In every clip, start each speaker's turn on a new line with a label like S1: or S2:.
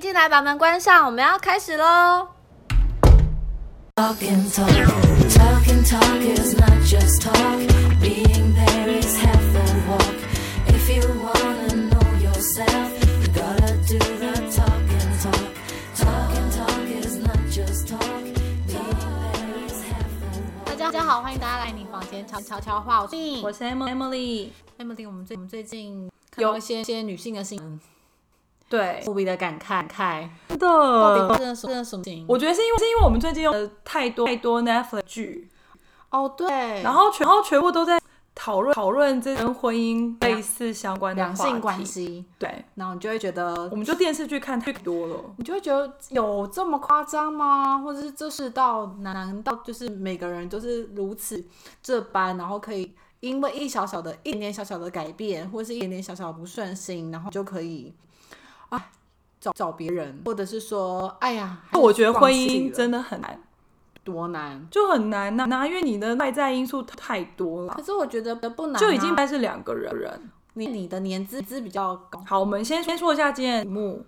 S1: 进来，把门关上，我们要开始喽。
S2: Talking, talk, talking, talk is not just talk. Being there is half the walk. If you wanna know yourself, you gotta do the talking, talk. Talking, talk is not just talk. Being there is half the walk.
S1: 大家大家好，欢迎大家来你房间悄悄悄话，我是
S3: 我是 Emily，
S1: Emily。我们最我们最近看到一些一些女性的新闻，
S3: 对，
S1: 无比的感慨，慨
S3: 真
S1: 到底发
S3: 的，
S1: 生了什么什么事情？
S3: 我觉得是因为是因为我们最近用了太多太多 Netflix 剧，
S1: 哦对，
S3: 然后全然后全部都在讨论讨论这跟婚姻类似相关的
S1: 两
S3: 话
S1: 性
S3: 题
S1: 关，系，
S3: 对，
S1: 然后你就会觉得
S3: 我们就电视剧看太多了，
S1: 你就会觉得有这么夸张吗？或者是这世道难道就是每个人都是如此这般，然后可以因为一小小的、一点点小小的改变，或是一点点小小的不顺心，然后就可以啊找找别人，或者是说，哎呀，还是
S3: 我觉得婚
S1: 放弃
S3: 姻
S1: 了
S3: 真的很难，
S1: 多难。
S3: 就很难呐、那因为你的外在因素太多了
S1: 可。是我觉得不难啊、
S3: 就已经该是两个人。
S1: 你你的年资资比较高，
S3: 好，我们先先说一下今天的题目。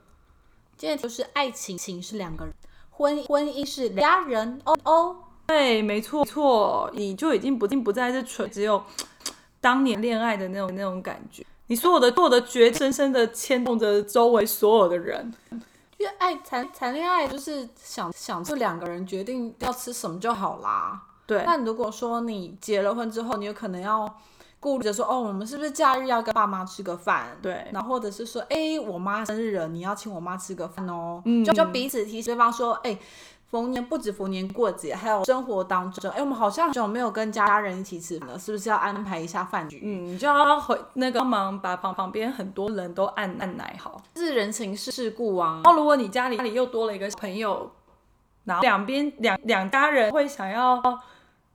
S1: 现在就是爱情，情是两个人，婚婚姻是俩人哦哦。
S3: 对，没错，没错，你就已经不不再是纯只有当年恋爱的那种那种感觉。你所有的做的决定，深深的牵动着周围所有的人。
S1: 因为爱谈谈恋爱就是想想这两个人决定要吃什么就好啦。
S3: 对，
S1: 但如果说你结了婚之后，你有可能要顾虑着说，哦，我们是不是假日要跟爸妈吃个饭？
S3: 对
S1: 然后或者是说，哎，我妈生日了，你要请我妈吃个饭哦。
S3: 嗯
S1: 就就彼此提醒对方说，哎。逢年不止逢年过节，还有生活当中，哎、我们好像很久没有跟家人一起吃饭了，是不是要安排一下饭局？
S3: 嗯，你就要回那个帮忙把旁旁边很多人都按按奶好。
S1: 是人情世世故啊，
S3: 然后如果你家里家里又多了一个小朋友，然后两边两两家人会想要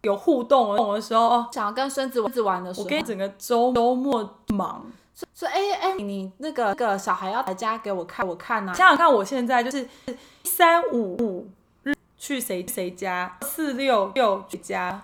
S3: 有互动的时候，哦
S1: 想要跟孙子玩孙子玩的时候，
S3: 我跟整个周周末忙。
S1: 说哎哎、你你那个那个小孩要来家给我看，我看呐、啊。
S3: 想想看，我现在就是三五五日去谁谁家，四六六去家，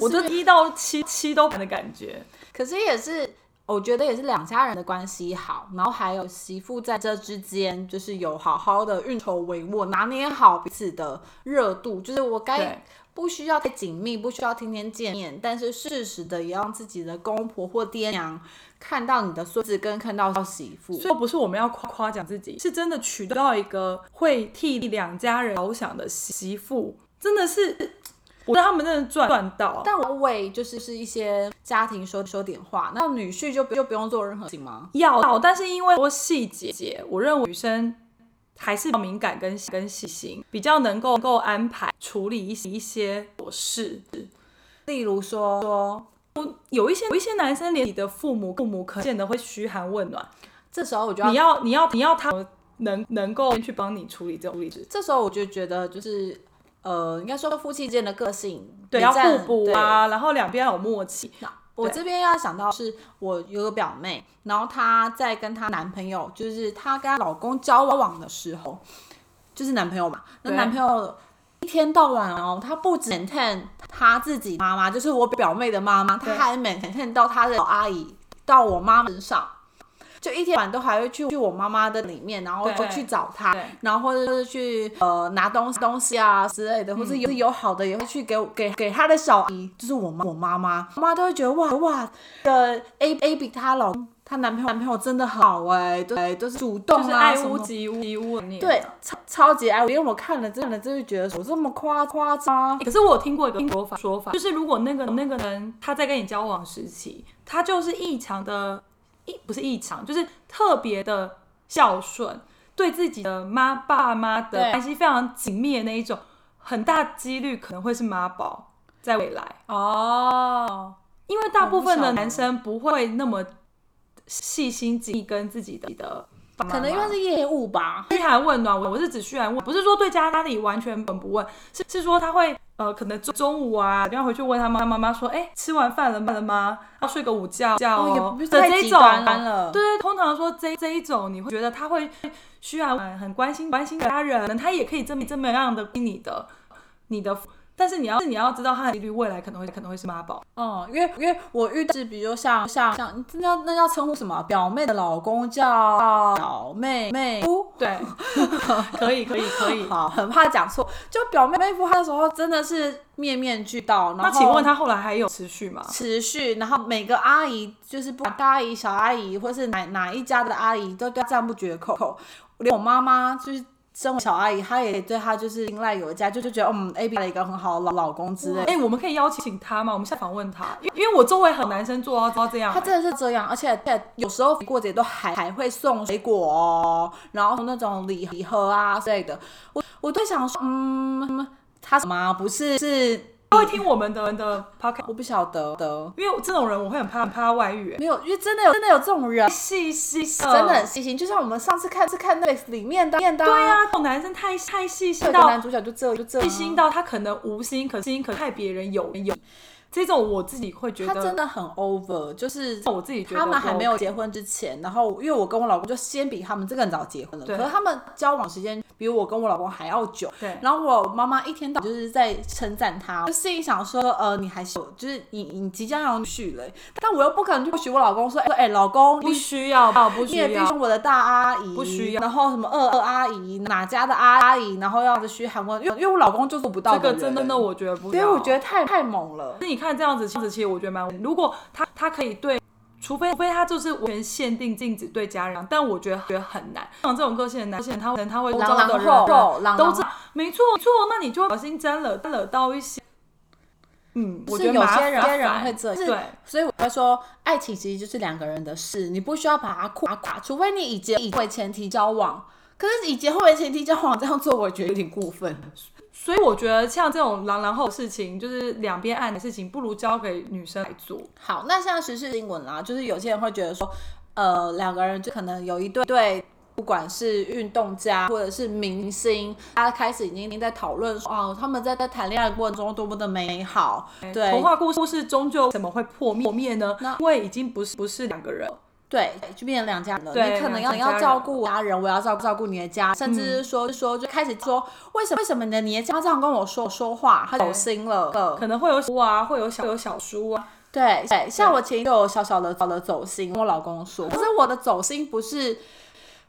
S3: 我
S1: 这
S3: 这一到七七都盘的感觉。
S1: 可是也是，我觉得也是两家人的关系好，然后还有媳妇在这之间，就是有好好的运筹帷幄，拿捏好彼此的热度，就是我
S3: 对
S1: 该。不需要太紧密，不需要天天见面，但是适时的也让自己的公婆或爹娘看到你的孙子跟看到媳妇，
S3: 所以不是我们要夸夸奖自己，是真的娶到一个会替两家人着想的媳妇，真的是，我觉得他们真的赚赚到。
S1: 但我为就是是一些家庭说说点话，那女婿就不就不用做任何事情吗？
S3: 要到，但是因为多细节，我认为女生还是比较敏感跟跟细心，比较能够能够安排处理一些一些琐事。
S1: 例如说说
S3: 有一些有一些男生连你的父母父母可见得会嘘寒问暖，
S1: 这时候我就要，
S3: 你要你要你要他能能够去帮你处理这种处理事，
S1: 这时候我就觉得就是，呃，应该说夫妻间的个性
S3: 对，
S1: 比
S3: 要
S1: 占
S3: 互补。啊，然后两边要有默契。
S1: 对我这边要想到是我有个表妹，然后她在跟她男朋友，就是她跟她老公交往的时候，就是男朋友嘛，那
S3: 对
S1: 男朋友。一天到晚哦，她不止 maintain 她自己妈妈，就是我表妹的妈妈，她
S3: 对
S1: 还 maintain 到她的老阿姨，到我妈妈身上，就一天晚都还会去去我妈妈的里面，然后
S3: 对
S1: 去找她
S3: 对，
S1: 然后或者是去呃拿东西东西啊之类的，或是有有好的也会去给我给给她的小姨，就是我妈我妈妈，我妈都会觉得哇哇的 A A 比她老公她男朋友男朋友真的好哎、对，都是主动
S3: 就
S1: 啊，
S3: 是爱
S1: 什么
S3: 屋及乌及乌的念
S1: 对，超超级爱我，因为我看了真的真的觉得我这么夸夸张
S3: 欸，可是我有听过一个说法，说法就是如果那个那个人他在跟你交往时期，他就是异常的异不是异常，就是特别的孝顺，对自己的妈爸妈的
S1: 对
S3: 关系非常紧密的那一种，很大几率可能会是妈宝在未来，
S1: 哦，
S3: 因为大部
S1: 我
S3: 分的
S1: 不晓得
S3: 男生不会那么细心谨意跟自己的自己的爸妈
S1: 可
S3: 妈。
S1: 能因为是业务吧，
S3: 嘘寒问暖，我我是指嘘寒问暖，不是说对家家里完全本不问，是是说他会呃，可能中中午啊，然后回去问他妈妈妈说，哎、吃完饭了吗？了吗？要睡个午觉觉
S1: 哦
S3: 哦
S1: 也不是
S3: 的
S1: 太
S3: 这一
S1: 极
S3: 种哦
S1: 端了
S3: 对，通常说这这一种，你会觉得他会嘘寒问暖，很关心关心家人，他也可以这么这么样的你的你的。但是你要是你要知道，他的几率未来可能会可能会是妈宝。
S1: 嗯，因为因为我遇到是，比如像像像那叫那叫称呼什么啊？表妹的老公叫表妹妹夫，
S3: 对，可以可以可以。
S1: 好，很怕讲错。就表妹妹夫，他那时候真的是面面俱到。然
S3: 那
S1: 后
S3: 请问他后来还有持续吗？
S1: 持续，然后每个阿姨，就是不管大阿姨、小阿姨，或是哪哪一家的阿姨，都对她赞不绝口。连我妈妈就是身为小阿姨，她也对她就是信赖有加，就就觉得嗯，A B 了一个很好的老老公之类
S3: 哎、
S1: 的。
S3: 我们可以邀请他吗？我们下次访问他，因为因为我周围很男生做到做到这样、
S1: 她真的是这样，而且对有时候过节都还还会送水果、哦，然后那种礼礼盒啊之类的。我我都想说，嗯，她什么啊不是是，
S3: 他会听我们的的 podcast，
S1: 我不晓得的，
S3: 因为这种人我会很怕很怕他外遇、欸。
S1: 没有，因为真的有真的有这种人。
S3: 细细
S1: 真的很细心，就像我们上次看是看 Netflix 里面的，面的
S3: 嗯对呀、啊，这种男生太太细
S1: 有
S3: 心
S1: 个
S3: 到
S1: 男主角就这就这啊
S3: 细心到他可能无心，可心可害别人有有，这种我自己会觉
S1: 他
S3: 得
S1: 真，的很 over，就是
S3: 我自己觉得
S1: 他们还
S3: 不
S1: 没有结婚之前，然后因为我跟我老公就先比他们这个人早结婚了，
S3: 对
S1: 可是他们交往时间比我跟我老公还要久。
S3: 对
S1: 然后我妈妈一天到晚就是在称赞他，就心里想说，呃，你还小，就是你你即将要女婿了，欸但我又不可能就许我老公说，哎、哎老公，
S3: 不
S1: 你
S3: 需要吧，不
S1: 你
S3: 需
S1: 也必须
S3: 要。
S1: 我的大阿姨，
S3: 不需要
S1: 然后什么二二阿姨，哪家的阿阿姨，然后要子嘘寒问，因为因为我老公就做不到
S3: 这个
S1: 人
S3: 真的，那我觉得不
S1: 所以
S3: 要。
S1: 我觉得太太猛了。
S3: 那你看这样子，这样子其实我觉得蛮，如果他他可以对。除非除非他就是完全限定禁止对家人，但我觉得觉得很难。像这种个性的男性，他会他会
S1: 狼狼
S3: 周遭的人
S1: 后狼狼
S3: 都知道，没错没错，那你就会不小心沾惹惹到一些，嗯，我觉
S1: 是
S3: 得
S1: 有
S3: 麻
S1: 些人有些
S3: 烦
S1: 人会这样，
S3: 对，
S1: 所以我会说，爱情其实就是两个人的事，你不需要把它垮垮，除非你以结以为前提交往。可是以结婚为前提交往这样做，我觉得有点过分。
S3: 所以我觉得像这种狼狼后的事情，就是两边暗的事情，不如交给女生来做。
S1: 好，那像时事新闻啦，就是有些人会觉得说，呃，两个人就可能有一对对，不管是运动家或者是明星，大家开始已经已经在讨论说，哦，他们在在谈恋爱的过程中多么的美好，对，
S3: 童话故事故事终究怎么会破灭破灭呢？
S1: 那
S3: 因为已经不是不是两个人了，
S1: 对，就变成两家人了。
S3: 对
S1: 你可能要
S3: 两
S1: 你
S3: 家人嗯
S1: 要照顾家人，我要照顾照顾你的家，甚至是说、说就开始说为什么为什么你的你的家这样跟我说说话，他走心了。呃
S3: 可能会有书啊，会有小会有小叔啊，
S1: 对对，像我前一阵有小小的小的走心，跟我老公说，可是我的走心不是。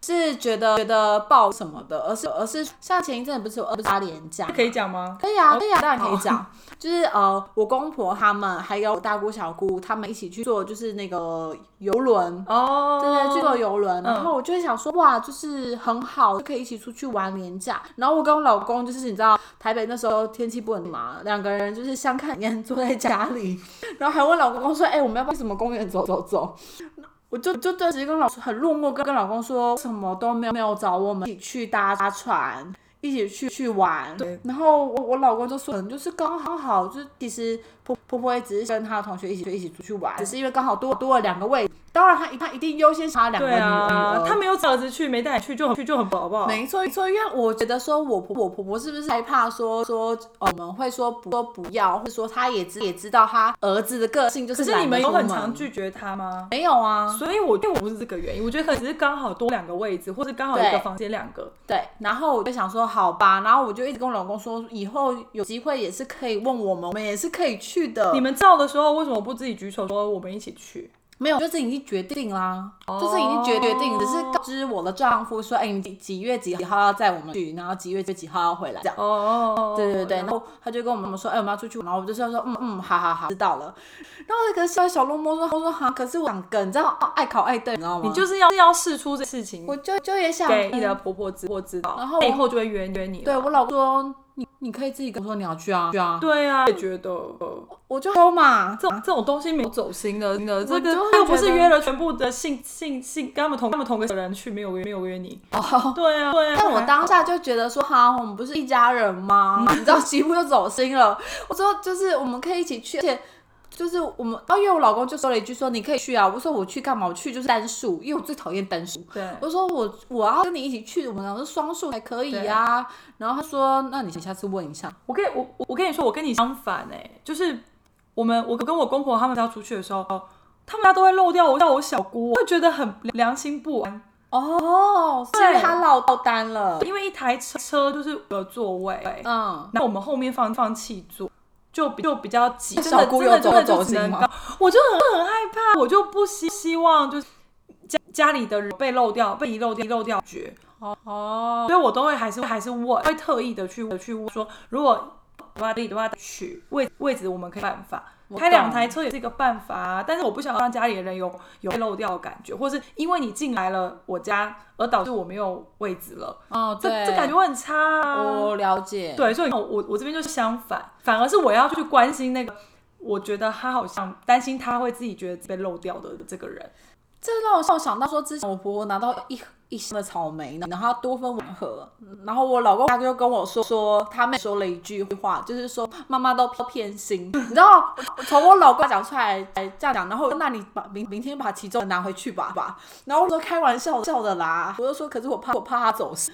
S1: 是觉得觉得爆什么的，而是而是像前一阵子不是有二八连假，
S3: 可以讲吗？
S1: 可以啊，
S3: 哦
S1: 可以啊，当然可以
S3: 好
S1: 讲。 就是呃，我公婆他们还有我大姑小姑他们一起去坐，就是那个游轮，
S3: 哦，
S1: 对，去坐游轮，
S3: 嗯
S1: 然后我就会想说，哇，就是很好，就可以一起出去玩年假。然后我跟我老公，就是你知道，台北那时候天气不稳定嘛，两个人就是相看一眼，坐在家里， 然后还问老公说，哎、我们要不要去什么公园走走走？我就就顿时跟老很落寞，跟跟老公说什么都没有没有找我们一起去搭搭船，一起去去玩
S3: 对。
S1: 然后我我老公就说，可能嗯就是刚好好，就是其实婆婆婆也只是跟她的同学一起一起出去玩，只是因为刚好多多了两个位置。当然他一他一定优先他两个女
S3: 对
S1: 女
S3: 啊
S1: 儿，，
S3: 他没有找儿子去，没带你去就很去就很不好不好？
S1: 没错，没错，因为我觉得说我婆我婆婆是不是害怕说说、呃我们会说不说不要，或者说她也知也知道她儿子的个性就
S3: 可是
S1: 懒
S3: 你
S1: 得
S3: 们有
S1: 出
S3: 很
S1: 门
S3: 常拒绝他吗？
S1: 没有啊？
S3: 所以我我不是这个原因，我觉得可能只是刚好多两个位置，或者刚好一个
S1: 对
S3: 房间两个。
S1: 对，然后我就想说好吧，然后我就一直跟我老公说，以后有机会也是可以问我们，我们也是可以去的。
S3: 你们照的时候为什么不自己举手说我们一起去？
S1: 没有，就是已经决定啦，
S3: 哦
S1: 就是已经决决定，只是告知我的丈夫说，哎，你几几月几号要载我们去，然后几月几号要回来，这样。
S3: 哦，
S1: 对对对，然后他就跟我们说，哎、我们要出去玩，然后我就说说，嗯嗯，好好好，知道了。然后可是小小龙猫说，他说哈，可是我想跟，你知道哦爱考爱对，你知道吗？
S3: 你就是要要试出这事情
S1: 我就就也想
S3: 给你
S1: 跟
S3: 的婆婆知婆知道，
S1: 然后
S3: 她以
S1: 我
S3: 嗯后就会约约你了。
S1: 对我老公说，你你可以自己跟我说你要去啊，去啊，
S3: 对啊，也觉得呃
S1: 我就说嘛，
S3: 这种这种东西没有走心的，真的
S1: 就
S3: 这个
S1: 会
S3: 又不
S1: 觉
S3: 是
S1: 得
S3: 约了全部的性性性跟他们同他们同个人去，没有约没有约你。
S1: 哦。
S3: 对啊，对 啊。
S1: 但我
S3: 还
S1: 当下就觉得说，哈，我们不是一家人吗？你知道，几乎就走心了。我说，就是我们可以一起去，而且就是我们，哦，因为我老公就说了一句说，你可以去啊。我说我去干嘛？我去就是单数，因为我最讨厌单数。
S3: 对
S1: 我说我我要跟你一起去，我们俩是双数才可以啊。然后他说，那你下次问一下。
S3: 我跟我我我跟你说，我跟你相反哎、就是我们我跟我公婆他们要出去的时候，他们家都会漏掉我叫我小姑，我会觉得很良心不安。
S1: 哦，是因为他落落单了。
S3: 因为一台车车就是有个座位，
S1: 嗯，
S3: 那我们后面放放气座，就比就比较挤，真
S1: 小
S3: 的
S1: 姑
S3: 真
S1: 有
S3: 的
S1: 走
S3: 真的就
S1: 走
S3: 只
S1: 进
S3: 能
S1: 吗
S3: 高，我就很很害怕，我就不希希望就是家家里的人被漏掉，被遗漏掉遗漏掉绝，
S1: 哦，
S3: 所以我都会还是还是问，会特意的去去问说，如果的话地的话取位位置，我们可以办法。
S1: 我
S3: 开两
S1: 懂
S3: 台车也是一个办法啊，但是我不想让家里的人有有被漏掉的感觉，或是因为你进来了我家而导致我没有位置了，
S1: 哦，
S3: 这
S1: 对
S3: 这感觉会很差、啊。
S1: 我了解。
S3: 对，所以我我我这边就是相反，反而是我要去关心那个，我觉得他好像担心他会自己觉得被漏掉的这个人。
S1: 这让我让我想到说，之前我婆婆拿到一盒一箱的草莓，然后她多分两盒，然后我老公他就跟我说，说他妹说了一句话，就是说妈妈都偏心， 你知道，我从我老公讲出来哎这样讲，然后我说那你把明明天把其中的拿回去吧吧，然后我说开玩笑笑的啦，我就说可是我怕我怕他走失。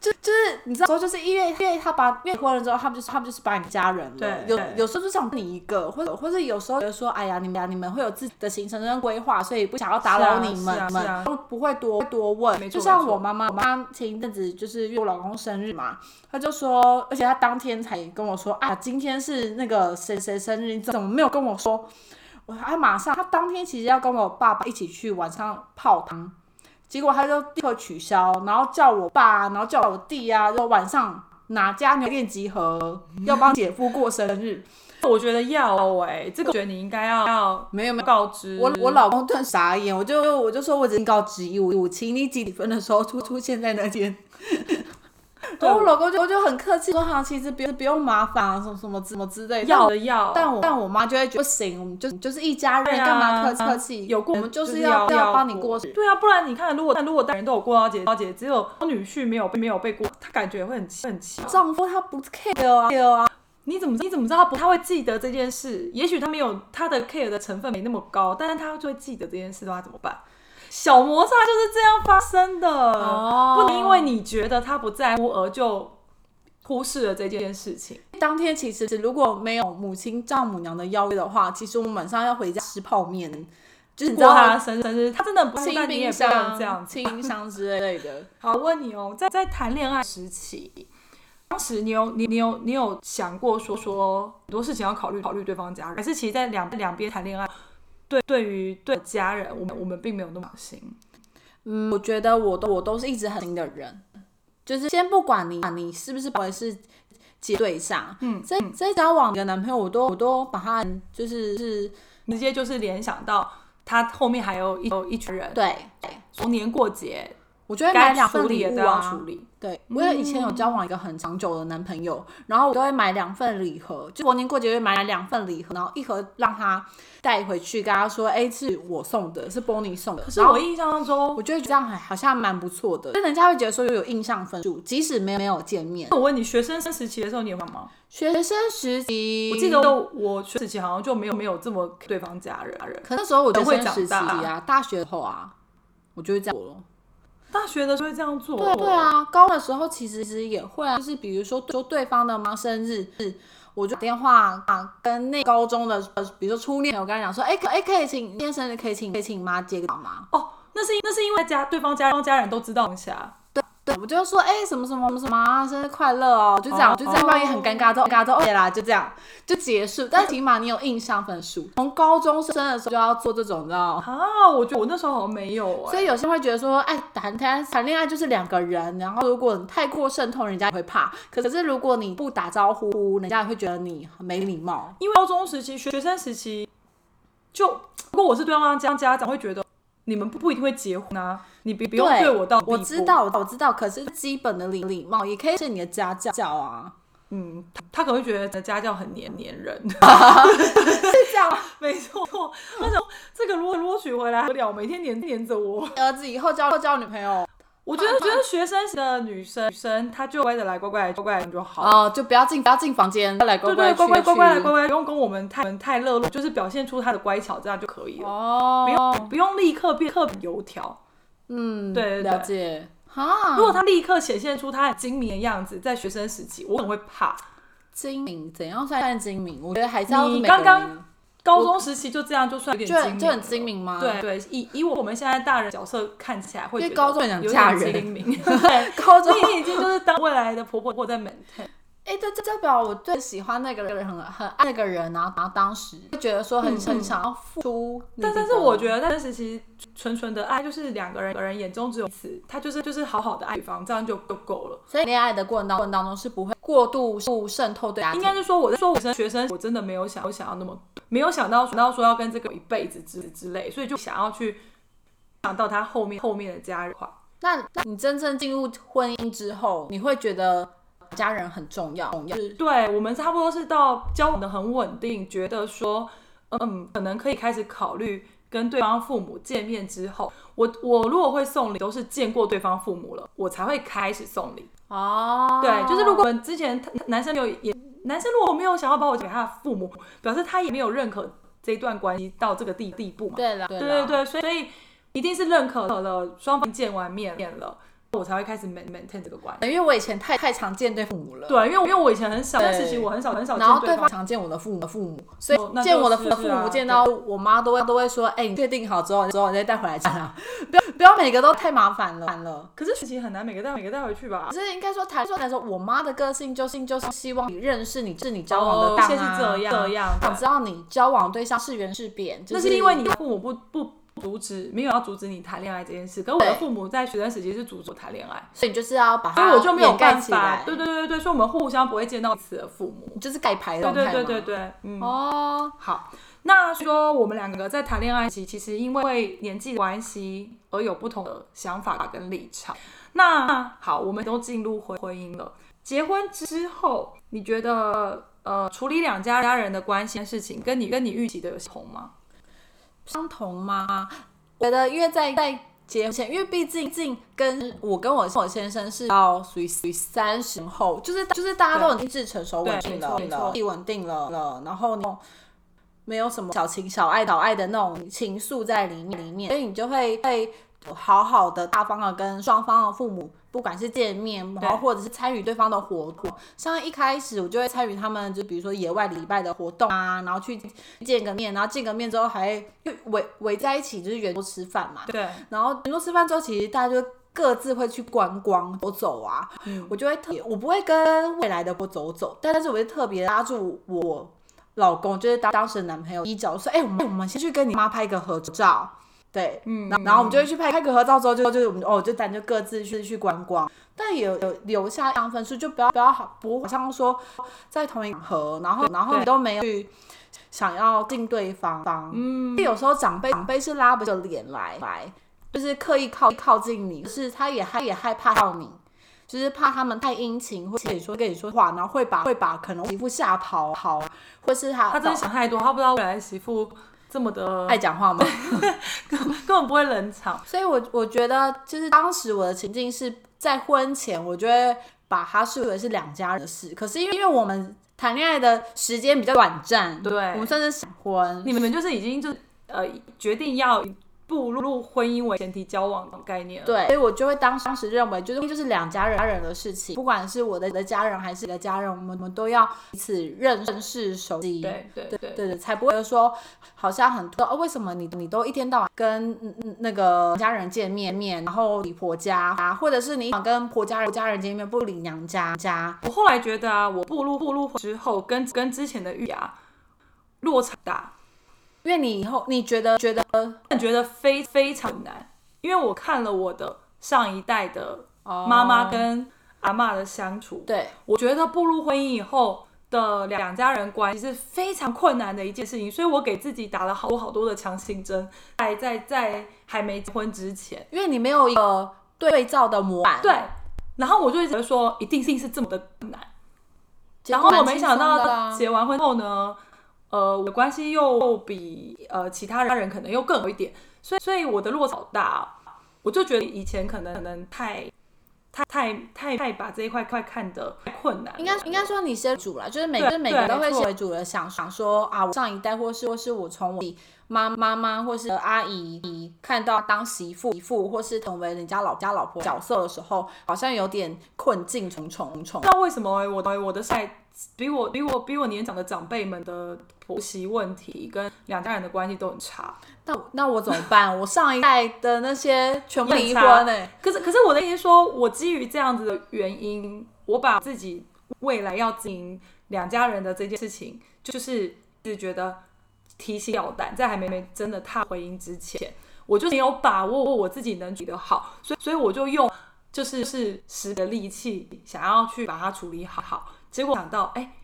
S1: 就就是你知道，说就是因为因为他把因为婚了之后，他们就是他们就是把你家人了
S3: 对，
S1: 有
S3: 对
S1: 有时候就想你一个，或者或者有时候觉得说，哎呀，你们呀，你们会有自己的行程跟规划，所以不想要打扰你们，
S3: 是啊是啊是啊
S1: 你们不会多多问。
S3: 没错
S1: 就像
S3: 没错
S1: 我妈妈，我妈前一阵子就是因为我老公生日嘛，她就说，而且她当天才跟我说，啊，今天是那个谁谁生日，你怎么没有跟我说？我还马上，她当天其实要跟我爸爸一起去晚上泡汤，结果她就立刻取消，然后叫我爸，然后叫我弟啊，就晚上哪家牛店集合，要帮姐夫过生日。
S3: 我觉得要哎、这个我觉得你应该要要
S1: 没有没有，
S3: 告知
S1: 我我老公顿傻眼，我就我就说我只是告知一五五，请你几分的时候出出现在那 边。然后我老公就我就很客气说好，其实不用不用麻烦啊，什么什么什么之类的。
S3: 要的要，
S1: 但我但我妈就会觉得不行，我们就就是一家人，
S3: 对啊
S1: 干嘛客客气？
S3: 有过
S1: 我们就是
S3: 是
S1: 要
S3: 要
S1: 要帮你过生日。
S3: 对啊，不然你看，如果但如果大人都有过到节到节，只有女婿没有被没有被过，他感觉会很气很气。
S1: 丈夫他不 care 啊，care 啊，
S3: 你怎么你怎么知道他不他会记得这件事？也许他没有他的 care 的成分没那么高，但是他就会记得这件事的话怎么办？小摩擦就是这样发生的，
S1: 哦
S3: 不能因为你觉得他不在乎而就忽视了这件事情。
S1: 当天其实如果没有母亲丈母娘的邀约的话，其实我们晚上要回家吃泡面，就是你知
S3: 过
S1: 道
S3: 他的生日生日，他真的不在乎，
S1: 清
S3: 但你
S1: 冰
S3: 也不能
S1: 箱
S3: 这样子。
S1: 清冰箱之类的。
S3: 好，我问你哦，在在谈恋爱时期，当时你有你你有你有想过说说很多事情要考虑考虑对方家人，还是其实在两两边谈恋爱，对对于对家人，我们我们并没有那么心。
S1: 嗯，我觉得我都我都是一直很新的人，就是先不管你你是不是我是结对象，嗯，在在交往的男朋友，我都我都把他就是是
S3: 直接就是联想到他后面还有一有一群人，
S1: 对，
S3: 逢年过节
S1: 我觉得买
S3: 该
S1: 两
S3: 处
S1: 份
S3: 理
S1: 礼
S3: 的嗯
S1: 物
S3: 都要
S1: 啊
S3: 处。理。
S1: 对，我有以前有交往一个很长久的男朋友，然后我都会买两份礼盒，就逢年过节会买两份礼盒，然后一盒让他带回去，跟他说，哎、是我送的，是 Bonnie 送的。
S3: 可
S1: 可
S3: 是我印象中
S1: 我，觉得这样还好像蛮不错的，就人家会觉得说有印象分数，即使没有没有见面。
S3: 我问你，学生时期的时候你有干嘛？
S1: 学生时期，
S3: 我记得
S1: 嗯
S3: 我学生时期好像就没有没有这么对方家人。家人
S1: 可那时候我
S3: 都
S1: 学
S3: 会
S1: 生时期
S3: 长大
S1: 啊，大学后啊，我就会这样做了。
S3: 大学的时候会这样做，
S1: 对对，啊，高的时候其实其实也会啊，就是比如说说对方的妈生日，我就打电话啊跟那高中的，呃比如说初恋，我跟他讲说，哎可哎可以请今天生日可以请可以请妈接个吗？
S3: 哦，那是因那是因为家对方家对方家人都知道当下，
S1: 对，我就说哎什么什么什么什么啊生日快乐哦，就这样，
S3: 哦
S1: 就这样，万一很尴尬之后，尴尬之后 OK 啦，就这样就结束。但起码你有印象分数，从高中生的时候就要做这种，你知道吗？
S3: 啊，我觉得我那时候好像没有哎、
S1: 所以有些人会觉得说，哎，谈谈谈恋爱就是两个人，然后如果你太过渗透，人家也会怕。可是如果你不打招呼，人家也会觉得你很没礼貌。
S3: 因为高中时期、学学生时期，就如果我是对方家家长，会觉得你们不不一定会结婚啊，你不不用对我到
S1: 我知道，我知道。可是基本的礼礼貌也可以是你的家教啊，
S3: 嗯，他他可能会觉得家教很黏黏人，
S1: 是这样。
S3: 没错。他想说这个如果如果娶回来不了，每天黏黏 着我。
S1: 儿子以后交交女朋友
S3: 我觉得觉得学生时的女生女生，她就乖的来，乖乖来，乖乖来就好。
S1: 哦、就不要进不要进房间，来乖
S3: 对对，乖
S1: 乖
S3: 乖乖乖来乖
S1: 乖。
S3: 乖，不用跟我们太我们太热络，就是表现出她的乖巧，这样就可以了，
S1: 哦，
S3: 不用不用立刻变特别油条。
S1: 嗯，
S3: 对对对
S1: 了解。哈，
S3: 如果她立刻显现出她很精明的样子，在学生时期，我可能会怕。
S1: 精明怎样算精明？我觉得还是要
S3: 你
S1: 每个
S3: 刚刚
S1: 人
S3: 高中时期就这样，就算有
S1: 就
S3: 点精
S1: 很
S3: 明，
S1: 就很精。明吗？，
S3: 对对，以以我们现在大人角色看起来会
S1: 因
S3: 觉
S1: 为
S3: 得
S1: 高中也想
S3: 有
S1: 嫁
S3: 点
S1: 人
S3: 精明，对，
S1: 高中
S3: 你已经就是当未来的婆婆婆在 maintain。
S1: 哎，这这代表我最喜欢那个人，很很爱那个人，啊然后然后当时就觉得说很、
S3: 嗯
S1: 很想要付出你的，
S3: 但但是我觉得在时期纯纯的爱就是两个人，两个人眼中只有彼此，他就是就是好好的爱对方，这样就就够了。
S1: 所以恋爱的过程当过程当中是不会过度渗透对家庭
S3: 应该是说我在说我学生学生，我真的没有想我想要那么多，没有想到想到说要跟这个一辈子之之类，所以就想要去想到他后面后面的家人话。
S1: 那那你真正进入婚姻之后，你会觉得家人很重要，重要就是
S3: 对我们差不多是到交往的很稳定，觉得说嗯可能可以开始考虑跟对方父母见面之后，我我如果会送礼，都是见过对方父母了，我才会开始送礼。
S1: 哦，
S3: 对，就是如果我们之前他男生没有也，男生如果没有想要把我给他的父母，表示他也没有认可这一段关系到这个地地步嘛。
S1: 对了，
S3: 对
S1: 啦
S3: 对对，所以所以一定是认可了，双方见完面面了，我才会开始 main- maintain 这个关系。
S1: 因为我以前太太常见对父母了，，
S3: 对，啊因为我因为我以前很少，
S1: 对
S3: 但是其实我很少很少见
S1: 然后
S3: 对
S1: 方常见我的父母父母，所
S3: 哦那
S1: 以见
S3: 就
S1: 我的
S3: 是
S1: 父父
S3: 是啊
S1: 母见到我妈都会都会说，哎、你确定好之后之后你再带回来吃啊， 不要不要每个都太麻烦了，烦了。
S3: 可是其实很难每个带每个带回去吧
S1: 可。是应该说，台说来说，我妈的个性就是就是希望你认识你是你交往的
S3: 哦
S1: 大、啊
S3: 现在是这样这样
S1: 想知道你交往对象是缘是变，就
S3: 那是因为你的父母不不不阻止，没有要阻止你谈恋爱这件事。可是我的
S1: 对
S3: 父母在学生时期是阻止我谈恋爱，
S1: 所以你就是要把
S3: 所以
S1: 它
S3: 我就没有
S1: 掩盖
S3: 办
S1: 起
S3: 法
S1: 来，。
S3: 对对对对，所以我们互相不会见到彼此的父母。
S1: 就是盖牌的
S3: 对
S1: 状态
S3: 对
S1: 嘛
S3: 对对对，嗯，
S1: 哦，
S3: 好。那说我们两个在谈恋爱时，其实因为年纪的关系而有不同的想法跟立场。那好，我们都进入婚婚姻了。结婚之后，你觉得呃，处理两家家人的关系的事情，跟你跟你预期的有同吗？
S1: 相同吗？我觉得因为在在结婚前，因为毕竟毕竟跟我跟我我先生是到属于属于三十后，就是就是大家都已经自成熟
S3: 对
S1: 稳定
S3: 没错
S1: 了，
S3: 没错
S1: 自己稳定了了，然后呢没有什么小情小爱小爱的那种情愫在里面里面，所以你就会会好好的大方的跟双方的父母。不管是见面，然后或者是参与对方的活动，像一开始我就会参与他们，就比如说野外礼拜的活动啊，然后去见个面，然后见个面之后还又围围在一起，就是圆桌吃饭嘛。
S3: 对，
S1: 然后圆桌吃饭之后，其实大家就各自会去观光、走走啊。
S3: 嗯
S1: 我就会特别，我不会跟未来的我走走，但但是我会特别拉住我老公，就是当当时的男朋友衣角，说：“哎、我们我们先去跟你妈拍个合照。”对，
S3: 嗯
S1: 然后然后我们就会去拍拍个合照之后，就就是我们哦，就咱就各自去去观光，但也有有留下一样分数，就不要不要好不好像说在同一个场合，然后然后
S3: 对
S1: 你都没有去想要敬对方，
S3: 嗯，
S1: 有时候长辈长辈是拉不着脸来来，就是刻意靠靠近你，就是他也害也害怕到你，就是怕他们太殷勤，或者说跟你说话，然后会把会把可能媳妇吓跑跑，或是他
S3: 他真的想太多，他不知道未来的媳妇这么的哎
S1: 爱讲话吗？
S3: 根本不会冷场。
S1: 所以我我觉得就是当时我的情境是在婚前，我就会把它视为是两家人的事，可是因为因为我们谈恋爱的时间比较短暂，
S3: 对
S1: 我们算是闪婚，
S3: 你们就是已经就呃决定要以步入婚姻为前提交往的概念了。
S1: 对，所以我就会当当时认为，就是就是两家人家人的事情，不管是我的我的家人还是你的家人，我们我们都要彼此认认识、熟悉。
S3: 对对
S1: 对
S3: 对
S1: 对对，才不会说好像很多哦，为什么你你都一天到晚跟嗯嗯那个家人见面面，然后理婆家啊，或者是你跟婆家人婆家人见面不理娘家家，
S3: 我后来觉得啊，我步入步入之后，跟跟之前的玉牙落差大，
S1: 因为你以后你觉得觉得
S3: 但觉得非非常难，因为我看了我的上一代的
S1: 哦
S3: 妈妈跟阿嬷的相处，
S1: 对
S3: 我觉得步入婚姻以后的两家人关系是非常困难的一件事情，所以我给自己打了好多好多的强心针，在在在还没结婚之前，
S1: 因为你没有一个对照的模板，
S3: 对，，然后我就一直说一定性是这么的难。
S1: 结
S3: 然
S1: 果
S3: 后我
S1: 蛮
S3: 没
S1: 轻
S3: 想
S1: 松啊的啊
S3: 到结完婚后呢，呃，我的关系又比呃其他人可能又更有一点，所以所以我的落差好大哦、我就觉得以前可能可能太太太太太把这一块块看得太困难了，
S1: 应该应该说你先主啦，就是每
S3: 对
S1: 就是每个人
S3: 对
S1: 都会
S3: 没错
S1: 先为主的想想说啊，我上一代或是或是我从我妈妈妈或是阿姨看到当媳妇媳妇或是成为人家老家老婆角色的时候，好像有点困境重重重。
S3: 不知道为什么欸、我的我的赛比我比我比我年长的长辈们的婆媳问题跟两家人的关系都很差。
S1: 那我那我怎么办？我上一代的那些全部离婚哎、
S3: 可是可是我的意思是说，我基于这样子的原因，我把自己未来要经营两家人的这件事情，就是就觉得提心吊胆，在还没没真的踏回姻之前，我就是没有把握我自己能处理得好，所以所以我就用就是是使的力气，想要去把它处理好好，结果想到哎。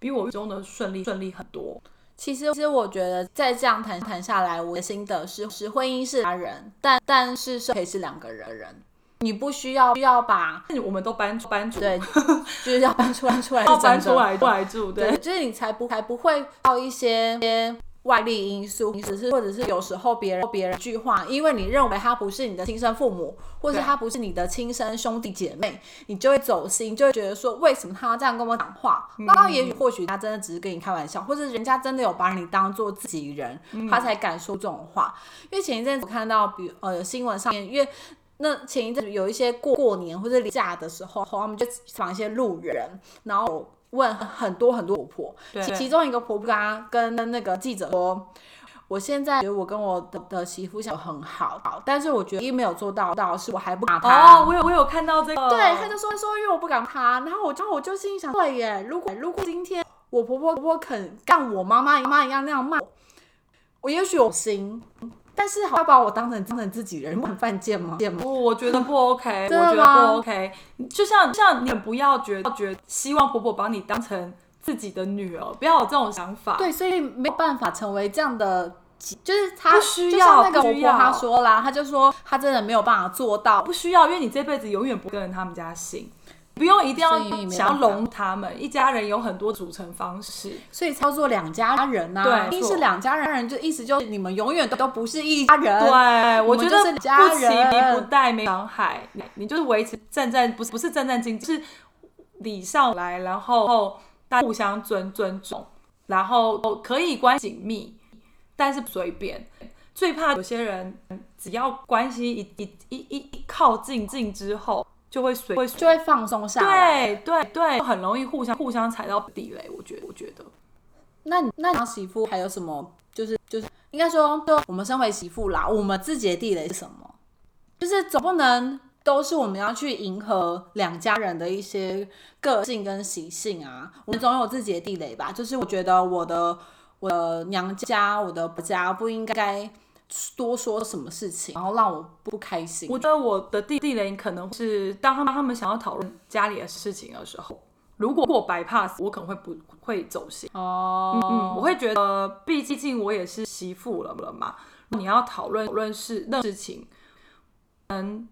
S3: 比我预中的顺利顺利很多，
S1: 其实，其实我觉得再这样谈谈下来，我的心得是，是婚姻是家人，但但是是可以是两个人人，你不需要需要把
S3: 但我们都搬搬出，
S1: 对，就是要搬出来出来是
S3: 要搬
S1: 真
S3: 出
S1: 正
S3: 来过来住，对
S1: 对，，就是你才不才不会到一些一些外力因素，只是或者是有时候别人别人一句话，因为你认为他不是你的亲生父母，或是
S3: 对
S1: 他不是你的亲生兄弟姐妹，你就会走心，就会觉得说为什么他要这样跟我讲话？
S3: 嗯
S1: 那也许或许他真的只是跟你开玩笑，或者人家真的有把你当做自己人，
S3: 嗯
S1: 他才敢说这种话。因为前一阵子我看到，比如呃新闻上面，因为那前一阵子有一些过过年或者年假的时候，他们就访一些路人，然后问很多很多婆婆，
S3: 对
S1: 其其中一个婆婆跟她跟那个记者说。我现在觉得我跟我的的媳妇相处很好，好，但是我觉得一没有做到到，是我还不打她。
S3: 哦，我有我有看到这个，
S1: 对，他就说说因为我不敢她，然后我然后我就心里想，对耶，如果如果今天我婆婆婆婆肯干我妈妈妈一样那样骂我，我也许有心，但是好她把我当成当成自己人，我很犯贱吗？贱吗？
S3: 我我觉 得不 OK，我
S1: 真的
S3: 觉得
S1: 吗
S3: 不 OK。就像像你们不要觉得觉得希望婆婆把你当成自己的女儿，不要有这种想法。，
S1: 对，所以没有办法成为这样的极，就是他
S3: 不需
S1: 就像
S3: 要
S1: 那个
S3: 不
S1: 婆
S3: 需
S1: 婆她
S3: 要
S1: 说啦，她就说她真的没有办法做到，
S3: 不需要，因为你这辈子永远不跟他们家姓，不用一定要
S1: 所以没办法
S3: 想要融他们。一家人有很多组成方式，
S1: 所以操作两家人呐、
S3: 对
S1: 一定是
S3: 错
S1: 两家人，就意思就是你们永远都都不是一家人，
S3: 对，
S1: 我
S3: 我
S1: 嗯们
S3: 觉
S1: 就
S3: 得
S1: 是
S3: 不
S1: 家
S3: 起
S1: 人
S3: 不带没伤害，你你就是维持战战不是不是战战兢兢，是礼尚来，然后大家互相尊尊重，然后可以关系紧密，但是不随便。最怕有些人只要关系一一一一一靠近近之后，就会随会
S1: 就会放松下来。
S3: 对对对，很容易互相互相踩到地雷。我觉得我觉得
S1: 那你那你当媳妇还有什么？就是就是应该说，就我们身为媳妇啦，我们自己的地雷是什么？就是总不能都是我们要去迎合两家人的一些个性跟习性啊，我们总有自己的地雷吧。就是我觉得我的我的娘家我的婆家不应该多说什么事情，然后让我不开心。
S3: 我觉得我的地地雷可能是当他们他们想要讨论家里的事情的时候，如果我 bypass，我可能会不会走心。
S1: 哦，
S3: 嗯，我会觉得，毕竟我也是媳妇了了嘛，你要讨论讨论事那事情，嗯，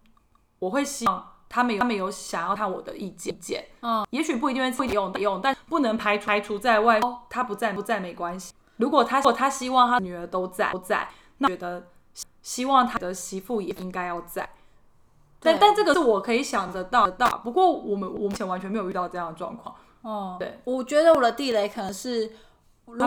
S3: 我会希望他们有他们有想要看我的意见，意见，
S1: 嗯，
S3: 也许不一定会会用用，但不能排除排除在外。哦，他不在不在没关系，如果他如果他希望他女儿都在都在，那觉得希望他的媳妇也应该要在。但
S1: 对
S3: 但这个是我可以想得到得到，不过我们我们以前完全没有遇到这样的状况。
S1: 哦，
S3: 对，
S1: 我觉得我的地雷可能是，
S3: 他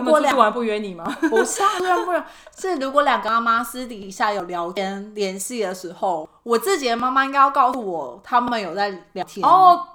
S1: 如
S3: 们
S1: 果
S3: 出去
S1: 两
S3: 玩不约你吗？
S1: 不是啊，不然不然是如果两个妈妈私底下有聊天联系的时候，我自己的妈妈应该要告诉我他们有在聊天。，哦
S3: 哦，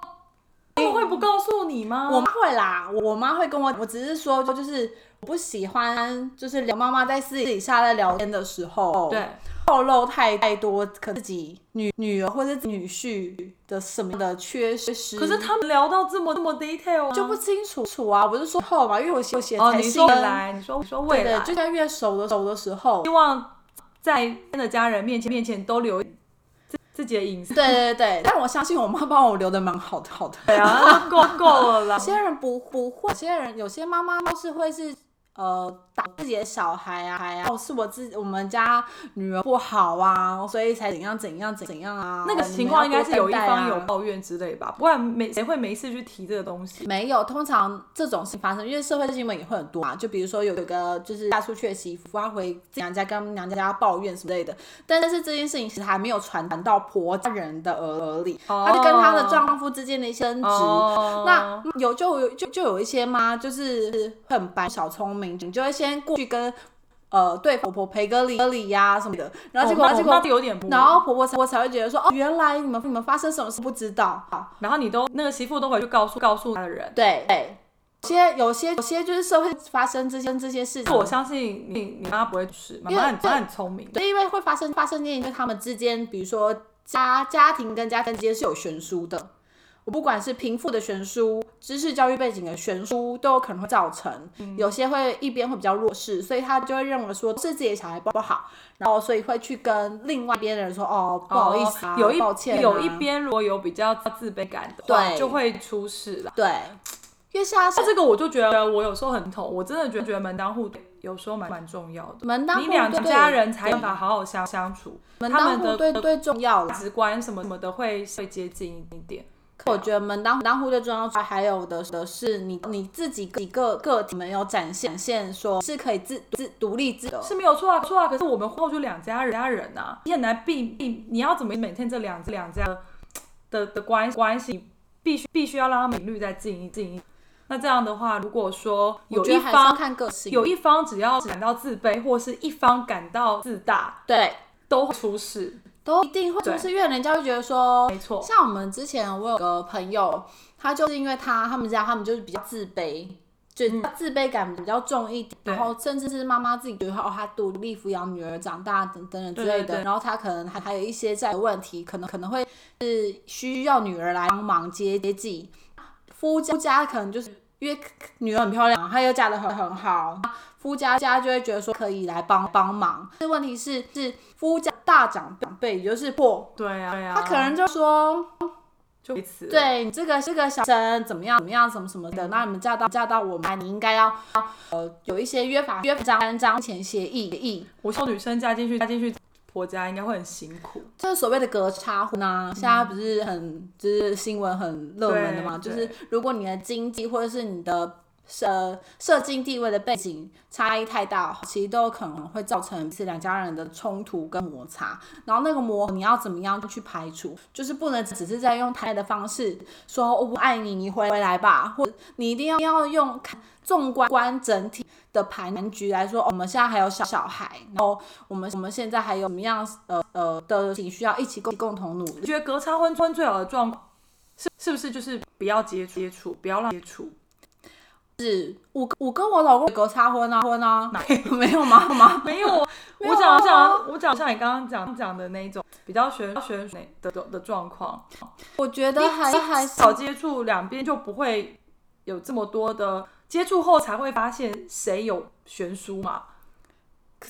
S3: 他们会不告诉你吗？
S1: 我妈会啦，我妈会跟我，我只是说就是我不喜欢，就是聊妈妈在私底下在聊天的时候，
S3: 对，
S1: 透露太太多可自己女女儿或者女婿的什么的缺失，
S3: 可是他们聊到这么这么 detail 啊
S1: 嗯就不清楚楚啊，我是说后嘛，因为我写我写
S3: 哦，
S1: 才
S3: 你
S1: 新
S3: 说
S1: 人
S3: 未来，你说你说
S1: 对
S3: 未
S1: 对
S3: 来，，
S1: 就在越熟的熟的时候
S3: 希，望在真的家人面前面前都留自自己的隐私。
S1: 对对对，但我相信我妈帮我留的蛮好的，好的。
S3: 对啊，够够了 啦
S1: 有。些人不不会，有些人有些妈妈都是会是呃打自己的小孩啊，孩啊，哦是我自我们家女儿不好啊，所以才怎样怎样怎样啊。
S3: 那个
S1: 我们
S3: 情况应该是有一
S1: 要多担
S3: 方
S1: 待啊
S3: 有抱怨之类吧，不然没谁会没事去提这个东西。
S1: 没有，通常这种事情发生，因为社会新闻也会很多嘛。就比如说有一个就是嫁出去的媳妇，她回自己娘家跟娘家抱怨之类的，但但是这件事情其实还没有传达到婆家人的耳耳里，
S3: 哦
S1: 她就跟她的丈夫之间的一些争执。
S3: 哦
S1: 那嗯有就有就就有一些妈就是会很白小聪明，你就会先过去跟呃对婆婆赔个礼个礼呀、什么的，然后结果、
S3: 哦那
S1: 结果
S3: 那有点不，
S1: 然后婆婆才我才会觉得说哦，原来你们你们发生什么事不知道，好
S3: 然后你都那个媳妇都回去告诉告诉他的人，
S1: 对对，些有些有些就是社会发生这些这些事情，
S3: 我相信你你妈不会吃，妈
S1: 因为
S3: 妈很妈很聪明的。
S1: 对，因为会发生发生这件，就是他们之间，比如说家家庭跟家庭之间是有悬殊的。我不管是贫富的悬殊、知识教育背景的悬殊，都有可能会造成、
S3: 嗯
S1: 有些会一边会比较弱势，所以他就会认为说是自己的小孩不好，然后所以会去跟另外一边的人说哦不好意思啊，
S3: 有一
S1: 抱歉啊、
S3: 有一边如果有比较自卑感的话，
S1: 对
S3: 就会出事了。
S1: 对，因为现在
S3: 那
S1: 是
S3: 这个我就觉得我有时候很头，我真的觉得觉得门当户对有时候蛮蛮重要的。
S1: 门当户
S3: 你两
S1: 对
S3: 家人才有办法好好相相处，
S1: 门
S3: 他
S1: 当
S3: 们
S1: 户
S3: 的
S1: 对最重要了
S3: 价。值观什么什么的会会接近一点。
S1: 我觉得门当当户对重要，还有的的是你你自己一个个体没有展现展现说是可以自自独立自的，
S3: 是没有错啊，错啊。可是我们婚后就两家人，家人啊，你很难避避。你要怎么每天这两两家的的的关关系，必须必须要让他们频率再近一近一。那这样的话，如果说
S1: 我
S3: 有
S1: 觉得
S3: 一
S1: 还是要
S3: 方
S1: 看个性，
S3: 有一方只要感到自卑，或是一方感到自大，
S1: 对
S3: 都会出事。
S1: 都一定会
S3: 对
S1: 就是因为人家会觉得说，
S3: 没错
S1: 像我们之前我有个朋友，他就是因为他他们家他们就是比较自卑。就是自卑感比较重一点，
S3: 对
S1: 然后甚至是妈妈自己觉得哦，她独立抚养女儿长大等等等之类的，
S3: 对对对
S1: 然后她可能还还有一些债的问题，可能可能会是需要女儿来帮忙接接济，夫家夫家可能就是因为女儿很漂亮，她又嫁得很很好，夫家家就会觉得说可以来帮帮忙。但问题是是夫家大长辈长辈，也就是婆，
S3: 对啊，对啊，
S1: 他可能就说，
S3: 就会死。，
S1: 对你这个这个小生怎么样怎么样什么什么的，那你们嫁到嫁到我们家，你应该要呃有一些约法约法三章前协议协议。
S3: 我说女生嫁进去，嫁进去婆家应该会很辛苦。
S1: 就是所谓的隔差婚啊，现在不是很就是新闻很热门的嘛，就
S3: 对
S1: 是如果你的经济或者是你的呃社经地位的背景差异太大，其实都有可能会造成是两家人的冲突跟摩擦。然后那个磨你要怎么样去排除，就是不能只是在用谈恋爱的方式说哦我不爱你，你回来吧，或你一定要要用看纵观观整体的盘局来说，哦我们现在还有小小孩，然后我们我们现在还有什么样呃呃的情绪要一起共共同努
S3: 你
S1: 力。
S3: 觉得隔差婚婚最好的状况是是不是就是不要接触接触，不要让接触？
S1: 是我我跟我老公隔差婚啊婚啊，
S3: 哪
S1: 没有吗？吗？
S3: 没有，
S1: 没有
S3: 我
S1: 啊
S3: 讲讲我讲像你刚刚讲讲的那一种比较悬悬的的的状况，
S1: 我觉得
S3: 你
S1: 还
S3: 至
S1: 还是
S3: 少接触两边就不会有这么多的接触后才会发现谁有悬殊嘛。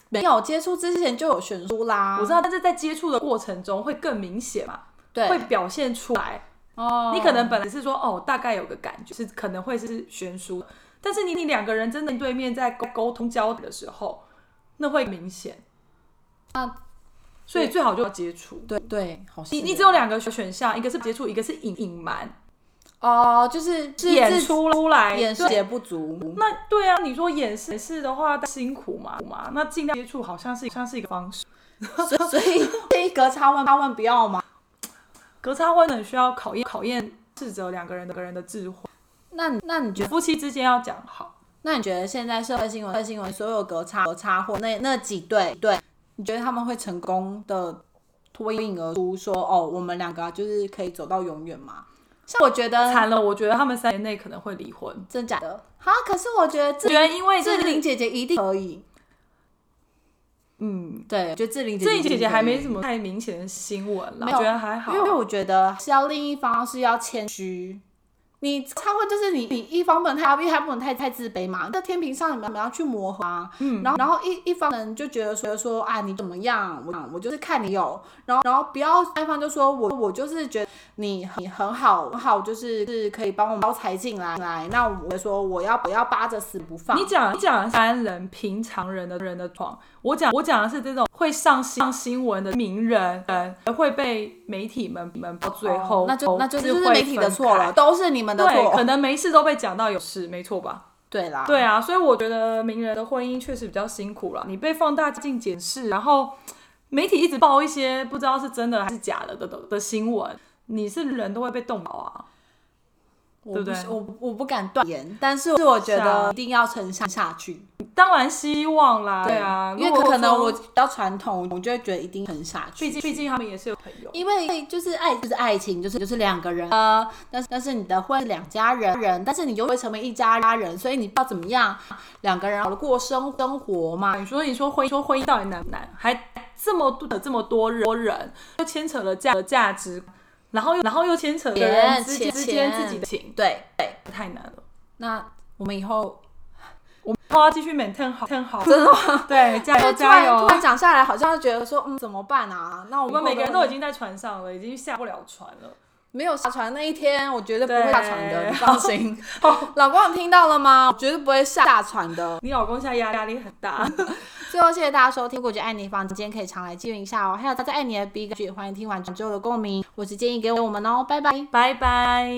S1: 没有接触之前就有悬殊啦。
S3: 我知道，但是在接触的过程中会更明显嘛，会
S1: 对
S3: 表现出来。
S1: 哦，
S3: 你可能本来是说哦，大概有个感觉，是可能会是悬殊的，但是你你两个人真的对面在沟沟通交流的时候，那会明显，
S1: 啊
S3: 所以最好就要接触。
S1: 对对，好像
S3: 你你只有两个选项，一个是接触，一个是隐隐瞒，
S1: 哦，就是是
S3: 演
S1: 自
S3: 出出来。
S1: 眼
S3: 对
S1: 界不足。
S3: 那对啊，你说演示演示的话辛苦嘛嘛，那尽量接触好像是像是一个方式。
S1: 所以所以这一格差问他问不要吗？
S3: 隔差婚很需要考验考验智者两个人两个人的智慧，
S1: 那你那你觉得？
S3: 夫妻之间要讲好。
S1: 那你觉得现在社会新闻、社会新闻所有隔差、隔差或那那几对对，你觉得他们会成功的脱颖而出说，哦，我们两个就是可以走到永远吗？像我觉得
S3: 惨了，我觉得他们三年内可能会离婚。
S1: 真假的，好，可是我觉得
S3: 我
S1: 志
S3: 觉得因为
S1: 志
S3: 这
S1: 玲姐姐一定可以。
S3: 嗯，
S1: 对，我觉得志玲姐
S3: 这
S1: 姐
S3: 一
S1: 一定
S3: 姐姐还没
S1: 可以
S3: 什么太明显的新闻了，
S1: 没
S3: 我
S1: 有
S3: 觉得还好
S1: 因。为我觉得是要另一方是要谦虚。你差会就是你，你一方不能太傲，一还不能太太自卑嘛。在天平上，你们你们要去磨合啊。嗯，然后然后一一方人就觉得说说啊，你怎么样？我我就是看你有，然后然后不要那一方就说我我就是觉得你你很好很好，就是是可以帮我们招财进来来。那我就说我要我要扒着死不放。
S3: 你讲你讲的是三人平常人的人的床，我讲我讲的是这种会上新上新闻的名人，人会被媒体们们到最后、
S1: 哦那就那就
S3: 就是会
S1: 媒体的
S3: 分
S1: 错
S3: 开
S1: 了，。都是你们的
S3: 对，可
S1: 错。
S3: 能没事都被讲到有事，没错吧？
S1: 对啦，
S3: 对啊，所以我觉得名人的婚姻确实比较辛苦了，你被放大镜检视，然后媒体一直报一些不知道是真的还是假的的的的新闻，你是人都会被动摇啊。
S1: 我
S3: 对不
S1: 不
S3: 对
S1: 是我我不敢断言，但是是我觉
S3: 是啊
S1: 得一定要撑下下去。
S3: 当然希望啦，对啊，
S1: 因
S3: 如
S1: 为
S3: 果
S1: 可能
S3: 说
S1: 我比较传统，我就会觉得一定撑下去。
S3: 毕竟毕竟他们也是有朋友，
S1: 因为就是爱，就是爱情，就是就是两个人呃，但是但是你的婚是两家人人，但是你又会成为一家家人，所以你不知道怎么样，两个人好的过生生活嘛。
S3: 你说嗯你说婚姻说婚姻到底难不难？还这么多这么多人，多人又牵扯了价价值，然后又然后又牵扯了
S1: 钱
S3: 人之间
S1: 钱
S3: 之间
S1: 钱
S3: 自己的情，
S1: 对对，
S3: 太难了。
S1: 那我们以后
S3: 我要继续 maintain 好 ，maintain 好，哦真的吗？对，加油
S1: 突然
S3: 加油哦
S1: 突！然讲下来，好像觉得说嗯怎么办啊？那我
S3: 我
S1: 们
S3: 们每个人都已
S1: 经
S3: 经在船上了，已经下不了船了。
S1: 没有下船那一天，我绝对不会
S3: 对
S1: 下船的，你放心。
S3: 哦，
S1: 老公，你听到了吗？我绝对不会下下船的。
S3: 你老公现在压压力很大，
S1: 最后谢谢大家收听，如果觉得爱你的房间可以常来支援一下哦。还有大家爱你的 B 歌曲，欢迎听完之后的共鸣，我是建议给我们哦，拜拜。
S3: 拜拜。